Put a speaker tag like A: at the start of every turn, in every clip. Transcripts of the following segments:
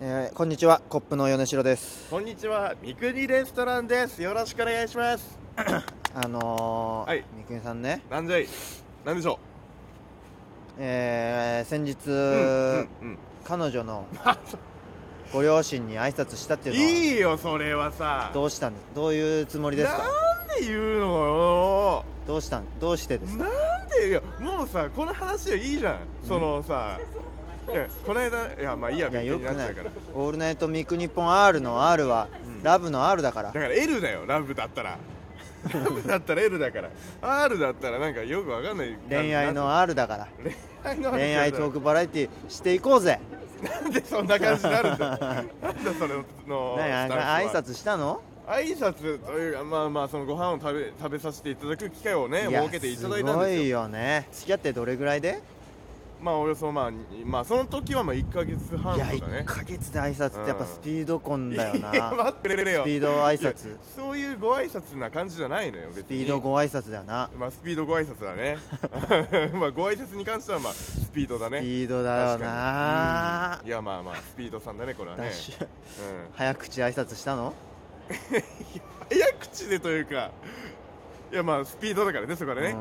A: えーこんにちはコップの米城です
B: こんにちは、三国レストランです。よろしくお願いします。
A: あのー
B: はい
A: 三國さんね、
B: なんじゃい。なんでしょ
A: えー先日、
B: う。うん、うん、
A: 彼女のご両親に挨拶したって
B: うん。
A: いうの
B: いいよ、それはさ。
A: はどうしたんどういうつもりですか
B: なんで言うの
A: どうしたんどうしてで
B: よ。
A: すか
B: なんで、いや、もうさ、この話はいいじゃん。そのさ。いや、この間、いや、まあ、いいや、
A: いや
B: 別
A: よ
B: に
A: く
B: なっち
A: な
B: ゃ
A: いう
B: から。
A: 「オールナイトミクニッポン R」の R は、ラブの R だから
B: だから L だよラブだったらラブだったら L だから R だったらなんかよくわかんない
A: 恋愛
B: な
A: の R だから
B: 恋愛の話
A: 恋愛トークバラエティしていこうぜ
B: なんでそんな感じになるんだよなんだそれの
A: なんか挨
B: スタンスは
A: 拶したの
B: 挨拶というかまあまあそのご飯を食べ食べさせていただく機会をね
A: いや
B: 設けていただいたんですす
A: ご
B: よ
A: いよね付き合ってどれぐらいで
B: まあおよそまあにまあその時はまあ1か月半
A: い
B: と
A: や
B: か
A: 1
B: ね
A: ヶ月で挨拶ってやっぱスピード婚だよな、
B: いや 待ってくれよ
A: スピード挨
B: いや
A: 拶
B: そういうご挨拶な感じじゃないのよ別に
A: スピードご挨拶だよな
B: まあスピードご挨拶だね まあご挨拶に関してはまあスピードだね
A: スピードだよ
B: 確か
A: な
B: にうんいやまあまあスピードさんだねこれは
A: ダ
B: ね
A: ッ、シュ
B: うん、
A: 早口挨拶したの
B: 早口でというかいやまあスピードだからねそこはね、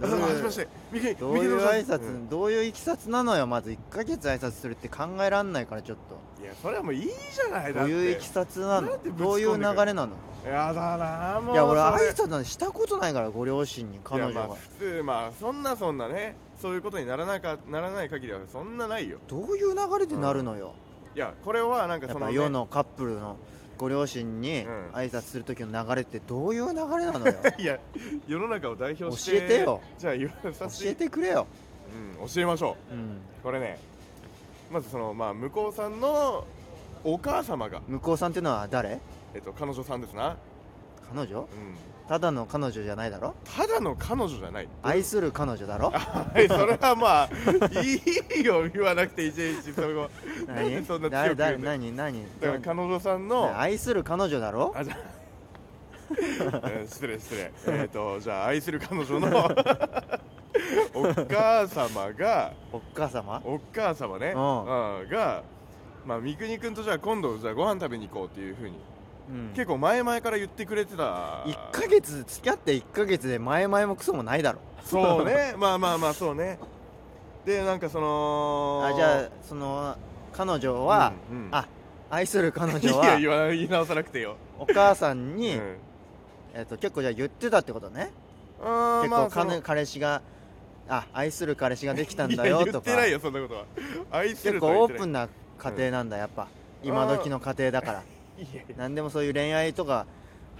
A: う
B: うんん、
A: どういう
B: はじめましてみき
A: どういう挨拶、
B: うん
A: どういういきさつなのよまず1ヶ月挨拶するって考えらんないからちょっ
B: いやそれはもういいじゃない
A: と
B: だ
A: ど
B: っ
A: う
B: て
A: いういきさつな
B: なん
A: の
B: でぶち
A: どうい
B: 込
A: うん
B: でくる
A: 流れなの
B: やだなもう
A: い
B: い
A: や俺挨拶なんてしたことないからご両親に彼女
B: ま
A: が、
B: あ普通まあそんなそんなねそういうことにならなかならない限りはそんなないよ
A: どういう流れでなるのよ、
B: いやこれはなんか
A: やっ
B: そ
A: ぱ
B: の、
A: 世のカップルのご両親に
B: うん
A: 挨拶する時の流れってどういう流れな のよ
B: いや世の中を代表して
A: 教えてよ
B: じゃあ言わ
A: 教
B: させ
A: えてくれよ、
B: うん、教えましょ
A: うん、
B: うこれねまずそのまあ向こうさんのお母様が、
A: 向こうさんっていうのは誰
B: えっと、彼女さんですな、
A: 彼女
B: うん、
A: ただの彼女じゃないだろ
B: ただの彼女じゃない
A: 愛する彼女だろ
B: はい、それはまあ いいよ言わなくていちいちそこなんで
A: 何
B: そんな
A: 誰
B: 強
A: 誰
B: く言うんだよ
A: 何何
B: だから彼女さんの
A: 愛する彼女だろ
B: あじゃあ えー失礼失礼えっ、とじゃあ愛する彼女の お母様が
A: お母様
B: お母様ね、
A: う
B: うんがまあ三国君とじゃあ今度じゃあご飯食べに行こうっていうふうに、
A: うん
B: 結構前々から言ってくれてた
A: 1ヶ月付き合って1ヶ月で前々もクソもないだろ
B: そうねまあまあまあそうねでなんかその
A: あじゃあその彼女は、
B: うんうん
A: あ愛する彼女
B: いや
A: は
B: 言わ言い直さなくてよ、
A: お母さん
B: うん
A: に、えっと結構じゃあ言ってたってことね
B: あー
A: 結
B: ま
A: 構
B: あその
A: 彼彼氏があ愛する彼氏ができたんだ
B: いや
A: よ
B: 言
A: と
B: っ
A: か
B: てないよそんなことは愛す
A: 結
B: るとは
A: 構
B: 言っ
A: オ
B: て
A: ー
B: ない
A: プンな家庭なんだやっぱ今時の家庭だから
B: いやい
A: 何でもそういう恋愛とか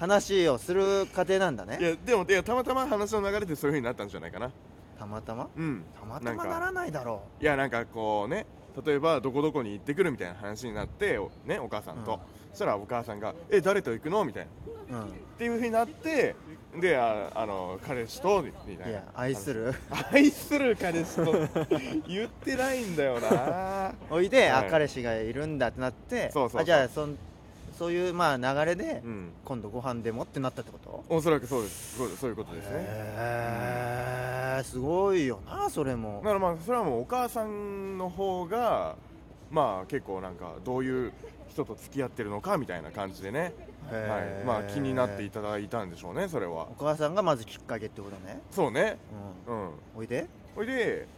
A: 話をする家庭なんだね
B: やいやでもいやたまたま話の流れでそういうふうになったんじゃないかな
A: たまたま
B: うん
A: たまたま
B: な
A: なんら
B: か
A: ないだろ
B: いやなんかこうね例えばどこどこに行ってくるみたいな話になっておねお母さんと、
A: うん
B: そしたらお母さんが「え誰と行くの?」みたいな
A: う、うん、
B: っていうふうになってでああの彼氏とみたいない
A: や愛する
B: 愛する彼氏と言ってないんだよな
A: おいで、
B: は
A: あ
B: い
A: 彼氏がいるんだってなって
B: そうそうそう
A: あじゃあそんそういうまあ流れで、
B: うん
A: 今度ご飯でもってなったってこと
B: おそらくそうですそうそういうことですね
A: へえすごいよなそれも
B: だからまあそれはもうお母さんの方がまあ結構なんかどういう人と付き合ってるのかみたいな感じでね、
A: へ
B: はい、
A: ー
B: まあ気になっていただいたんでしょうねそれは
A: お母さんがまずきっかけってことね、
B: そうね
A: う
B: うん
A: ん、おいで、
B: それで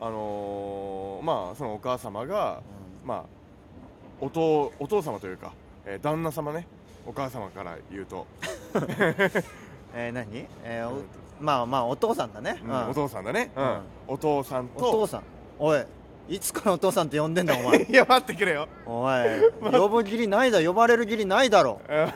B: あのーまあそのお母様が
A: う
B: まあお父お父様というか、えー旦那様ねお母様から言うと、
A: んえー何、えーお
B: うん
A: まあまあお父さんだね、
B: うん
A: うん
B: お父さんだね、うん
A: うん
B: お父さん
A: お
B: と
A: 父さんおいいつからお父さんって呼んでんだお前
B: いや待ってくれよ
A: おい呼ぶ義理ないだ呼ばれる義理ないだろ
B: うん
A: ふ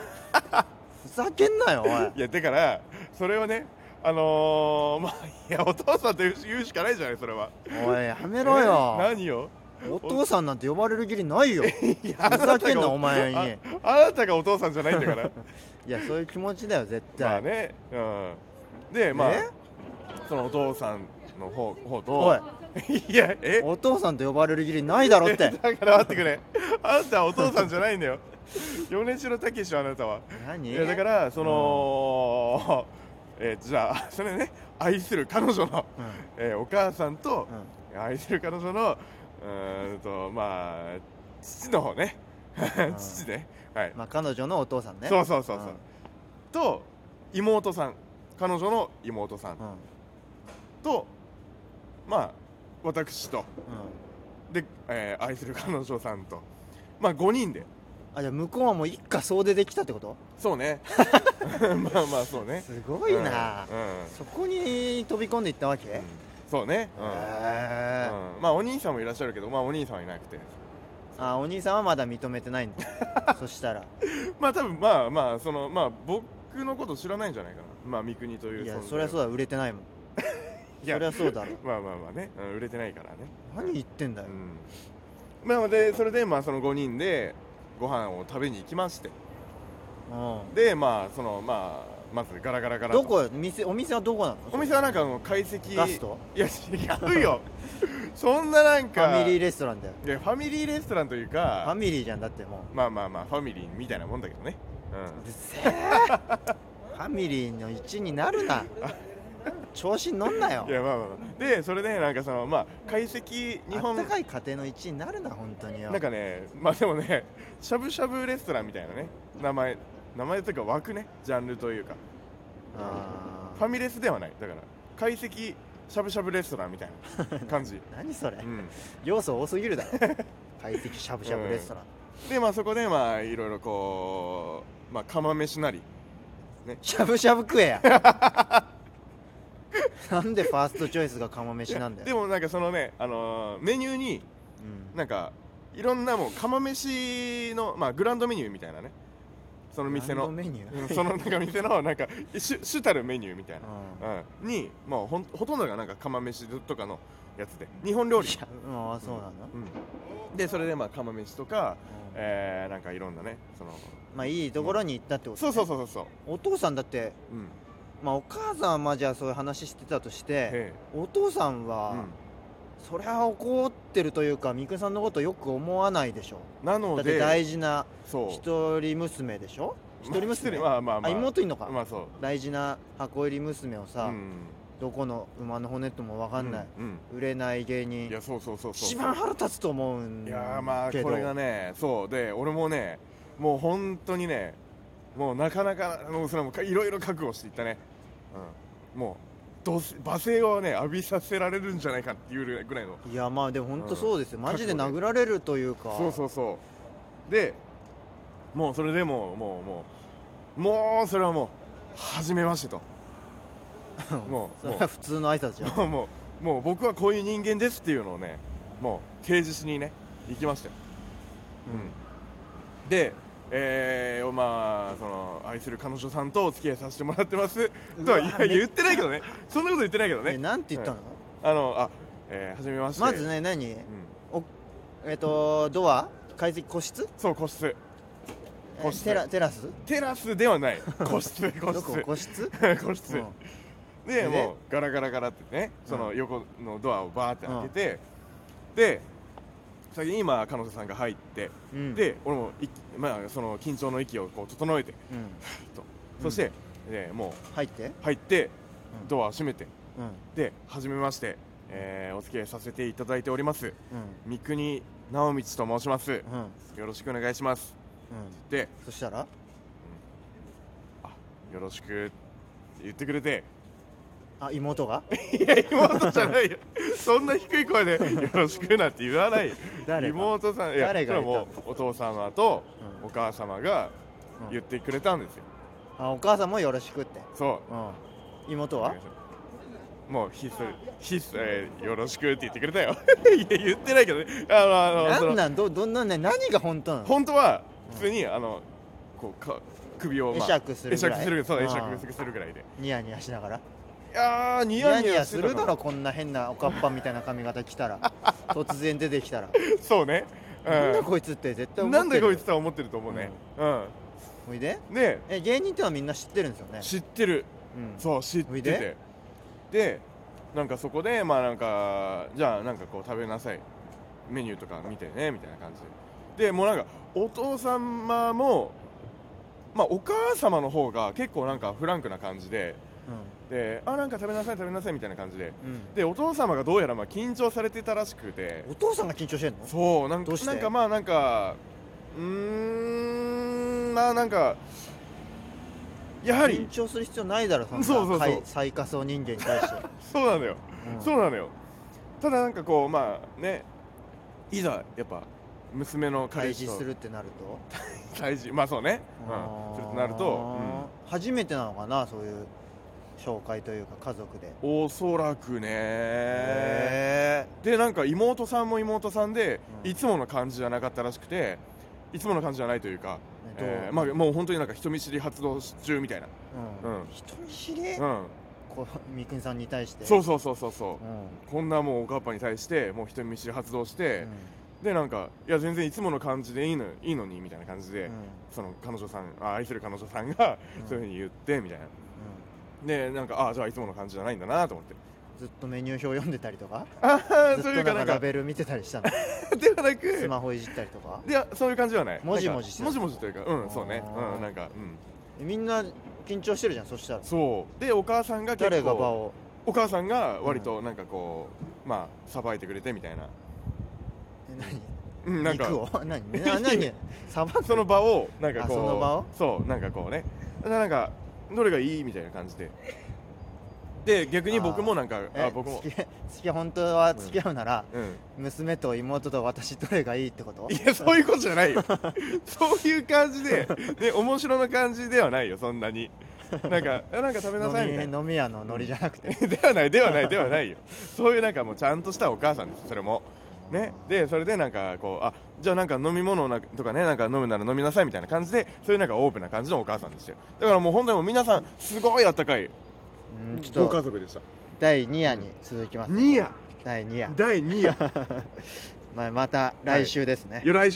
A: ざけんなよおい
B: いやだからそれはねあのー、まあいやお父さんと言うしかないじゃないそれは
A: おいやめろ
B: え
A: よ
B: 何よ
A: お父さんなんて呼ばれる義理ないよ
B: いや
A: ふざけん
B: あた
A: な
B: が
A: お前に
B: ああなたがお父さんじゃないんだから
A: いやそういう気持ちだよ絶対、
B: まあねうんでまあ
A: え
B: そのお父さんの方方
A: おい
B: といやえ
A: お父さんと呼ばれる義理ないだろっ て
B: だから待ってくれあなたはお父さんじゃないんだよ米城武よあなたは
A: 何
B: いやだからその、えーじゃあそれね愛する彼女の、
A: うんうん
B: えーお母さんと、愛する彼女のうーんとまあ父の方ね
A: ー
B: 父ねはい、
A: まあ彼女のお父さんね
B: そうそうそうそうと妹さん彼女の妹さ
A: う
B: ん
A: んうん
B: とまあ私とで、えー愛する彼女さんとまあ5人で
A: あじゃあ向こうはもう一家総出できたってこと
B: そ うねまあまあそうね
A: すごいな
B: うんうん
A: そこに飛び込んでいったわけ
B: うん
A: へ
B: そうね、うん
A: え
B: うんまあお兄さんもいらっしゃるけどまあお兄さんはいなくて
A: あお兄さんはまだ認めてないん だそしたら
B: まあ多分まあまあそのまあ僕のこと知らないんじゃないかなまあ三国という
A: いや
B: 存在を
A: そりゃそうだ売れてないもん
B: いや
A: そりゃそうだろ
B: まあまあまあね、うん売れてないからね
A: 何言ってんだよ
B: うん、なのでそれでまあその5人でご飯を食べに行きまして
A: うん
B: でまあそのまあまずガラガラガラと
A: どこ店お店はどこなの
B: お店はなんかあの解析
A: ガスト
B: いや違うよ そんななん
A: フ
B: か
A: ァミリーレストランだよ
B: いやファミリーレストランという
A: ファ
B: か
A: ミリーじゃんだっても
B: まあまあまあファミリーみたいなもんだけどね、
A: ううるせえファミリーの一になるな調子に乗んなよ
B: うん、いやまあまあ、まあ、でそれでなんかそのまあ解析日
A: あっ
B: 本
A: たかい家庭の一になるな本当によ
B: なんかねまあでもねしゃぶしゃぶレストランみたいなね名前名前というか枠ねジャンルというか
A: あ
B: ファ
A: ー
B: ミレスではないだから懐石しゃぶしゃぶレストランみたいな 感じ、
A: 何それ
B: うん、
A: 要素多すぎるだ ろ快適しゃぶしゃぶレストラン
B: でまあそこでまあいろいろこうまあ釜 飯なり
A: しゃぶしゃぶ食えやなんでファーストチョイスが釜飯なんだよ
B: でもなんかそのね、あのーメニューに
A: うん
B: なんかいろんなもう釜飯のまあグランドメニューみたいなねその店
A: ラン
B: の
A: ドメニュー、
B: うんそのなんか店のなんか主主たるメニューみたいな
A: う
B: うん、に、まあ、ほんほとんどがなんか釜飯とかのやつで日本料
A: ん
B: 理
A: い、やまあそうなの、
B: うん、でそれでまあ釜飯とか、
A: うん
B: えー、なんかいろんなねその
A: まあいいところに行ったってこと、ね
B: そうそうそうそうそう、
A: お父さんだって
B: うん、
A: まあお母さんはまあじゃあそういう話してたとして
B: ええ
A: お父さん
B: う
A: は
B: ん、
A: そりゃ怒ってるというか三國さんのことよく思わないでしょ
B: なの
A: だっ
B: で
A: て大事な
B: そう
A: 一人娘でしょ一人娘
B: まあまあ
A: あ
B: まあ
A: 妹いんのか、
B: まあそう
A: 大事な箱入り娘をさ、
B: うん
A: どこの馬の骨とも分かんない、
B: うん、
A: 売れない芸
B: うんい
A: 人
B: やそうそうそうそう
A: 一番腹立つと思うん
B: いやーまあ
A: けど
B: これがねそうで俺もねもう本当にねもうなかなかもうそれはもうかいろいろ覚悟していったね、うん、もうどうせ罵声をね浴びさせられるんじゃないかっていうぐらいの
A: いやまあでも本当そうですよ、
B: うん
A: マジで殴られるというか
B: そうそうそうでもうそれでもうもうもうもうそれはもう初めましてと もう
A: それ
B: も
A: は普通の挨拶じゃん
B: うもうもう僕はこういう人間ですっていうのをねもう提示しにね行きましたようん、で、えーまあ、その愛する彼女さんとお付き合いさせてもらってます
A: うわ
B: とは言
A: め
B: 言ってないけどね、そんなこと言ってないけど
A: え
B: ね、
A: なんて言ったの、
B: あのあ、えー、初めまして、
A: まずね何
B: うん、
A: えっ、とドア解析個室
B: そう、個室、
A: え
B: 個室
A: テラテラス
B: テラスではない、個室、個
A: どこ
B: 室、
A: 個 室
B: 個室、
A: うん
B: で、
A: で
B: もうガラガラガラってね、その横のドアをバーって開けて、で、先に今、彼女さんが入って、
A: うん
B: で、俺も息、まあ、その緊張の息をこう整えて、
A: うん
B: そして、でも
A: 入って
B: う入って
A: う、ん
B: ドア閉めて。
A: うん
B: で、はじめまして、えーお付き合いさせていただいております、
A: う
B: 三国直道と申します。
A: んうんうん
B: よろしくお願いします。で、
A: そしたら
B: よろしくって言ってくれて、
A: あ妹 が
B: いや、妹じゃないよ、そんな低い声で、よろしくなんて言わないよ、
A: 誰が
B: 妹さん、いや、
A: 誰が
B: それはもうお父様と
A: うん
B: お母様が
A: うん
B: 言ってくれたんですよ、
A: あお母さんもよろしくって
B: そ
A: うん妹
B: う。
A: は
B: もう必須必須、えーよろしくって言ってくれたよ いや言ってないけどねあのあの
A: な
B: その
A: んなんどどんなんね何が本当なの
B: 本当は普通に、あのこうか首を、ま
A: 会
B: あ、
A: 釈するぐらい
B: 会釈するそう
A: うん
B: 会釈するぐらいで
A: ニヤニヤしながら
B: いやーニ
A: ニ
B: ヤ
A: ヤ
B: ニ
A: ニ
B: ヤ
A: ヤ
B: して
A: す
B: たの
A: るだろこんな変なおかっぱみたいな髪型来たら 突然出てきたら、
B: そうね、
A: なんだ
B: う
A: こいつって絶対
B: ん、
A: 思
B: な
A: っ
B: ん
A: て
B: で
A: るよ
B: こいつとは思ってると思うね、うん
A: おいで
B: で
A: え芸人ってのはみんな知ってるんですよね
B: 知ってる
A: うん
B: そう知って
A: おい
B: て
A: で
B: でなんかそこでまあなんかじゃあなんかこう食べなさいメニューとか見てねみたいな感じででもうなんかお父様もまあお母様の方が結構なんかフランクな感じでであなんか食べなさい食べなさいみたいな感じで
A: うん
B: でお父様がどうやらまあ緊張されてたらしくて
A: お父さんが緊張してんの
B: そうなん
A: ど
B: か
A: うして
B: なんかまあなんかうーんまあなんかやは
A: 緊
B: り
A: 張する必要ないだろそんな
B: そうそうそう
A: 最最下層人間に対して、
B: そうなのよ、
A: うん
B: そうなのよただなんかこうまあねいざやっぱ娘の
A: 対
B: 彼氏
A: 峙
B: と
A: するってなると
B: 対峙まあそうね、
A: あー
B: うん、するとなると、
A: 初めてなのかなそういう紹介というか家族でへ
B: うん、おそらくね
A: え
B: でなんか妹さんも妹さんで、
A: うん
B: いつもの感じじゃなかったらしくていつもの感じじゃないというか、
A: どう
B: えーまあ、もう本当になんか人見知り発動中みたいな、
A: うん
B: うん
A: 人見知り、
B: うん、
A: こう三國さんに対して
B: そうそうそうそうそう
A: う、ん、
B: こんなもうおかっぱに対してもう人見知り発動し
A: う
B: て、
A: ん
B: でなんかいや全然いつもの感じでいいのいいのにみたいな感じで、
A: うん
B: その彼女さんあ愛する彼女さんが
A: うん
B: そういうふうに言ってみたいなでなんかあじゃあいつもの感じじゃないんだなと思って
A: ずっとメニュー表読んでたりとか
B: あ
A: ず
B: あ
A: っ
B: そ
A: と
B: う
A: な
B: いうん か
A: か
B: なん
A: ラ
B: か
A: ベル見てたり したの
B: ではなく
A: スマホいじったりとか
B: いやそういう感じはない
A: もじもじしてる
B: なんかもじもじというかうんそうね
A: あー
B: うんなんかうん
A: みんな緊張してるじゃんそしたら
B: そうでお母さんが結
A: 誰が場
B: 構
A: を
B: お母さんが割となんかこう、まあさばいてくれてみたいな,、
A: え何
B: うん、なんか
A: 肉を何な何さばく
B: その場をなんか
A: あ
B: こう
A: その場を
B: そうなんかこうねななんかどれがいいみたいな感じでで逆に僕もなんかあ
A: え
B: 僕も
A: 付き合い付き合い本当は付き合うなら、
B: うん
A: 娘と妹と私どれがいいってこと
B: いやそういうことじゃないよ そういう感じでね面白な感じではないよそんなになんかあなんか食べなさいみたい
A: 飲
B: な
A: み飲み屋のノリじゃなくて、
B: ではないではないではないよそういうなんかもうちゃんとしたお母さんですそれもねでそれでなんかこうあじゃあなんか飲み物なとかねなんか飲むなら飲みなさいみたいな感じでそういうなんかオープンな感じのお母さんでしたよだからもう本当にもう皆さんすごいあったかい
A: うんち
B: ご
A: ょっ
B: 家
A: と
B: 族でした
A: 第2夜に続きます
B: 2夜
A: 第2夜、
B: 第2夜
A: まあ、また来週ですね、
B: 由来